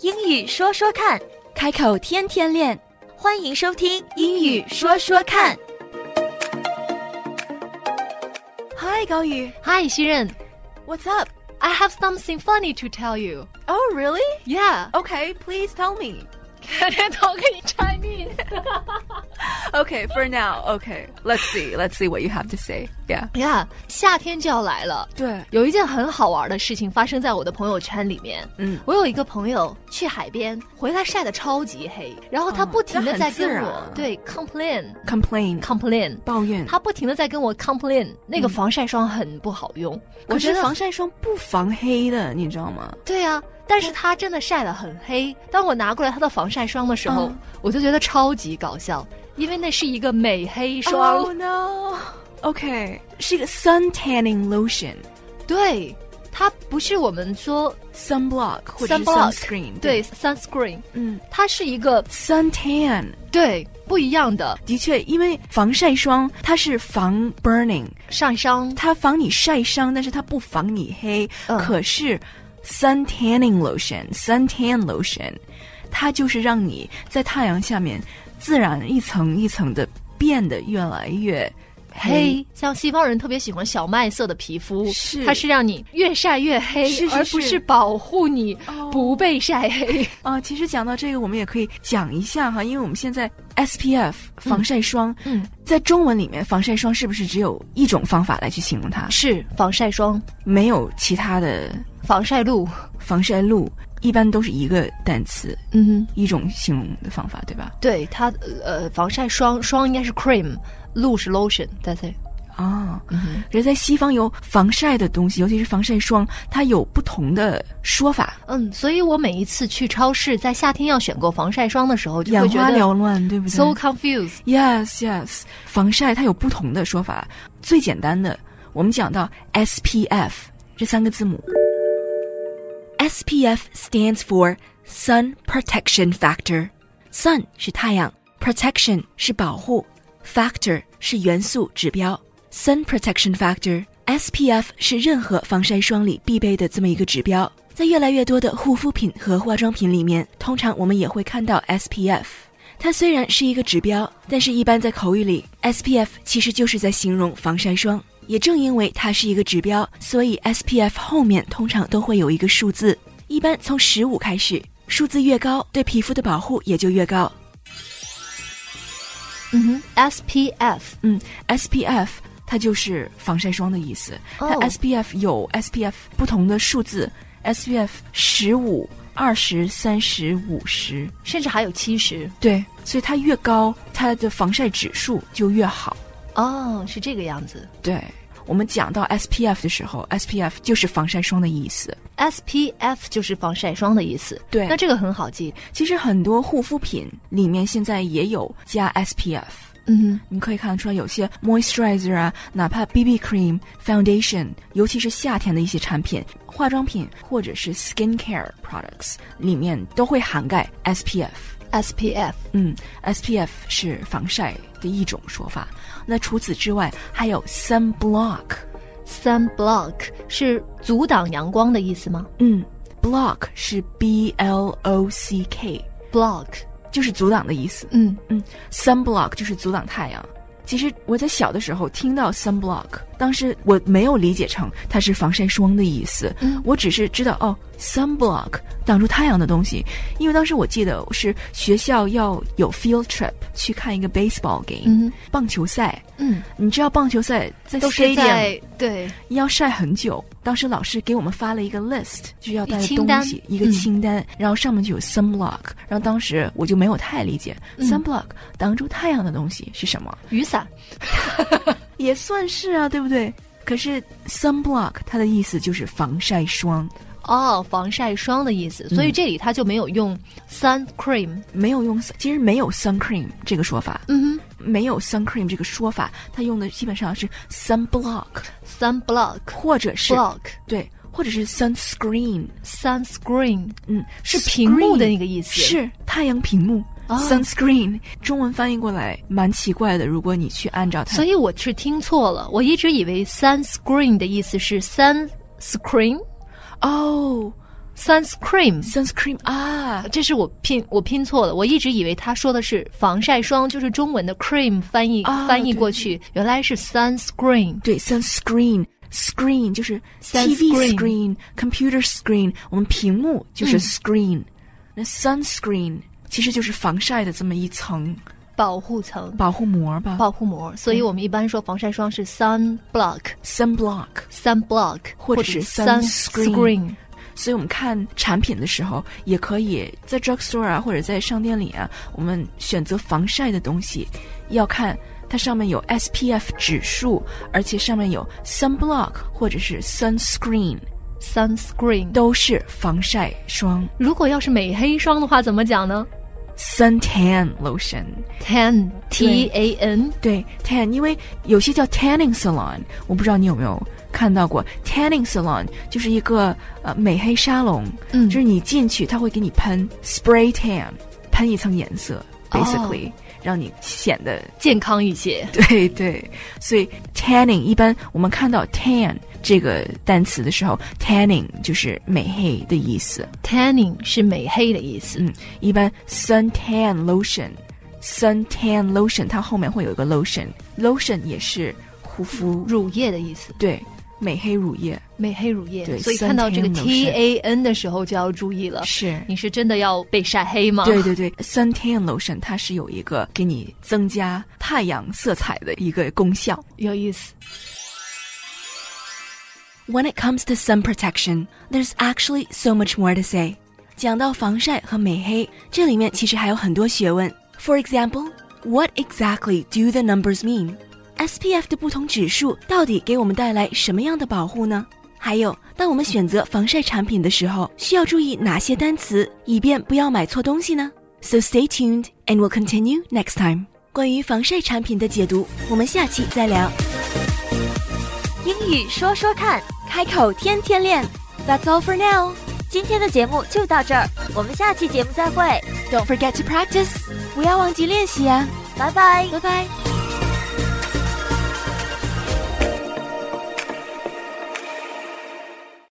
英语说说看，开口天天练，欢迎收听《英语说说看》。 Hi 高宇 Hi, Shiren. ，What's up? I have something funny to tell you. Oh really? Yeah. Okay, please tell me. Can I talk in Chinese? Okay, for now. Okay, let's see. Let's see what you have to say. Yeah. yeah，夏天就要来了。对，有一件很好玩的事情发生在我的朋友圈里面。嗯，我有一个朋友去海边回来晒得超级黑，然后他哦不停这的很在自跟然我、啊对 complain complain complain，抱怨。他不停的在跟我 complain 那嗯个防晒霜很不好用。我我觉觉得得防晒霜不防黑的，你知道吗？对啊，但是他真的晒得很黑。当我拿过来他的防晒霜的时候，嗯我就觉得超级搞笑，因为那是一个美黑霜。 Oh no. OK，是一个 sun tanning lotion、对，它不是我们说 sunblock 或者是 Sunblock， sunscreen。对，sunscreen，嗯它是一个，sun tan 对不一样的的确，因为防晒霜它是防 burning，上伤。它防你晒伤，但是它不防你黑。嗯可是 sun tanning lotion、sun tan lotion，它就是让你在太阳下面自然一层一层的变得越来越黑。黑，像西方人特别喜欢小麦色的皮肤，是它是让你越晒越黑，是是而不是是保护你哦不被晒黑。啊、其实讲到这个，我们也可以讲一下哈，因为我们现在 SPF 防晒霜，嗯，在中文里面，防晒霜是不是只有一种方法来去形容它， 是防晒霜、没有其他的防晒露，防晒露，一般都是一个单词，嗯哼，一种形容的方法，对吧？对它呃，防晒霜霜应该是 cream，露是 lotion，that's it。啊、嗯哼，可是在西方有防晒的东西，尤其是防晒霜，它有不同的说法，嗯，所以我每一次去超市，在夏天要选购防晒霜的时候，就眼会觉花得缭乱，对不对 so confused。 Yes, yes，防晒它有不同的说法。最简单的，我们讲到 SPF 这三个字母。SPF stands for Sun Protection Factor。Sun 是太阳，Protection 是保护，Factor 是元素指标。Sun Protection Factor SPF 是任何防晒霜里必备的这么一个指标。在越来越多的护肤品和化妆品里面，通常我们也会看到 SPF。它虽然是一个指标，但是一般在口语里，SPF 其实就是在形容防晒霜。也正因为它是一个指标，所以 SPF 后面通常都会有一个数字，一般从十五开始，数字越高，对皮肤的保护也就越高。嗯哼，SPF 嗯，SPF 它就是防晒霜的意思。它哦 SPF 有 SPF 不同的数字，SPF 十五、二十、三十、五十，甚至还有七十对，所以它越高，它的防晒指数就越好。哦，是这个样子。对，我们讲到 SPF 的时候，SPF 就是防晒霜的意思。 SPF 就是防晒霜的意思。对那这个很好记。其实很多护肤品里面现在也有加 SPF。嗯你可以看得出来，有些 moisturizer 啊，哪怕 BB cream、foundation，尤其是夏天的一些产品、化妆品或者是 skincare products 里面都会涵盖 SPF。哼，SPF 嗯，SPF 是防晒的一种说法。那除此之外，还有 sunblock。 sunblock 是阻挡阳光的意思吗嗯，block 是 B L O C K， ？block 就是阻挡的意思。嗯嗯，sunblock 就是阻挡太阳。其实我在小的时候听到 sunblock，当时我没有理解成它是防晒霜的意思，嗯我只是知道哦，sunblock 挡住太阳的东西。因为当时我记得是学校要有 field trip 去看一个 baseball game，、嗯棒球赛。嗯，你知道棒球赛在都是 stadium 在对要晒很久。当时老师给我们发了一个 list，就是要带一的清单东西，一个嗯清单，然后上面就有 sunblock。然后当时我就没有太理解、嗯 sunblock 挡住太阳的东西是什么，雨伞。也算是啊，对不对？可是 sunblock 它的意思就是防晒霜，哦，防晒霜的意思，所以嗯这里它就没有用 sun cream。没有用，其实没有 sun cream 这个说法，嗯没有 sun cream 这个说法，它用的基本上是 sunblock 哼，sunblock 或者是 block 对，或者是 sunscreen， sunscreen 嗯，是屏幕的 screen 那个意思。是太阳屏幕、哦 sunscreen，中文翻译过来蛮奇怪的。如果你去按照它，所以我是听错了，我一直以为 sunscreen 的意思是 sunscreen，哦， sunscreen， sunscreen 啊，这是我拼我拼错了，我一直以为他说的是防晒霜，就是中文的 cream 翻译、啊翻译对过去，原来是 sunscreen。对，sunscreen screen 就是 TV Sunscreen screen、computer screen，我们屏幕就是嗯 screen，、那 sunscreen 其实就是防晒的这么一层保护层、保护膜吧保护膜，所以我们一般说防晒霜是 sun block、 ，sunblock。 sun block，或者是 sunscreen sunscreen。所以我们看产品的时候，也可以在 drugstore 啊，或者在商店里啊，我们选择防晒的东西，要看它上面有 SPF 指数，而且上面有 sunblock 或者是 sunscreen， sunscreen。都是防晒霜。如果要是美黑霜的话，怎么讲呢 suntan lotion， ？tan t a n 对 tan，因为有些叫 tanning salon，我不知道你有没有看到过 tanning salon，就是一个呃美黑沙龙，嗯就是你进去，它会给你喷 spray tan，喷一层颜色哦，basically、让你显得 健康一些。对对，所以 tanning 一般我们看到 tan 这个单词的时候，tanning 就是美黑的意思。 tanning 是美黑的意思。嗯，一般 suntan lotion、suntan lotion 它后面会有一个 lotion，lotion 也是护肤乳液的意思，对美黑乳液美黑乳液对。所以看到这个 suntan T lotion A N 的时候就要注意了，是你是真的要被晒黑吗？对对对，suntan lotion 它是有一个给你增加太阳色彩的一个功效。有意思。 When it comes to sun protection, there's actually so much more to say. 讲到防晒和美黑，这里面其实还有很多学问。For example, what exactly do the numbers mean? SPF 的不同指数到底给我们带来什么样的保护呢？还有，当我们选择防晒产品的时候，需要注意哪些单词，以便不要买错东西呢？So stay tuned, and we'll continue next time. 关于防晒产品的解读，我们下期再聊。英语说说看开口天天练，That's all for now. 今天的节目就到这儿，我们下期节目再会， Don't forget to practice. 不要忘记练习啊！拜拜。拜拜。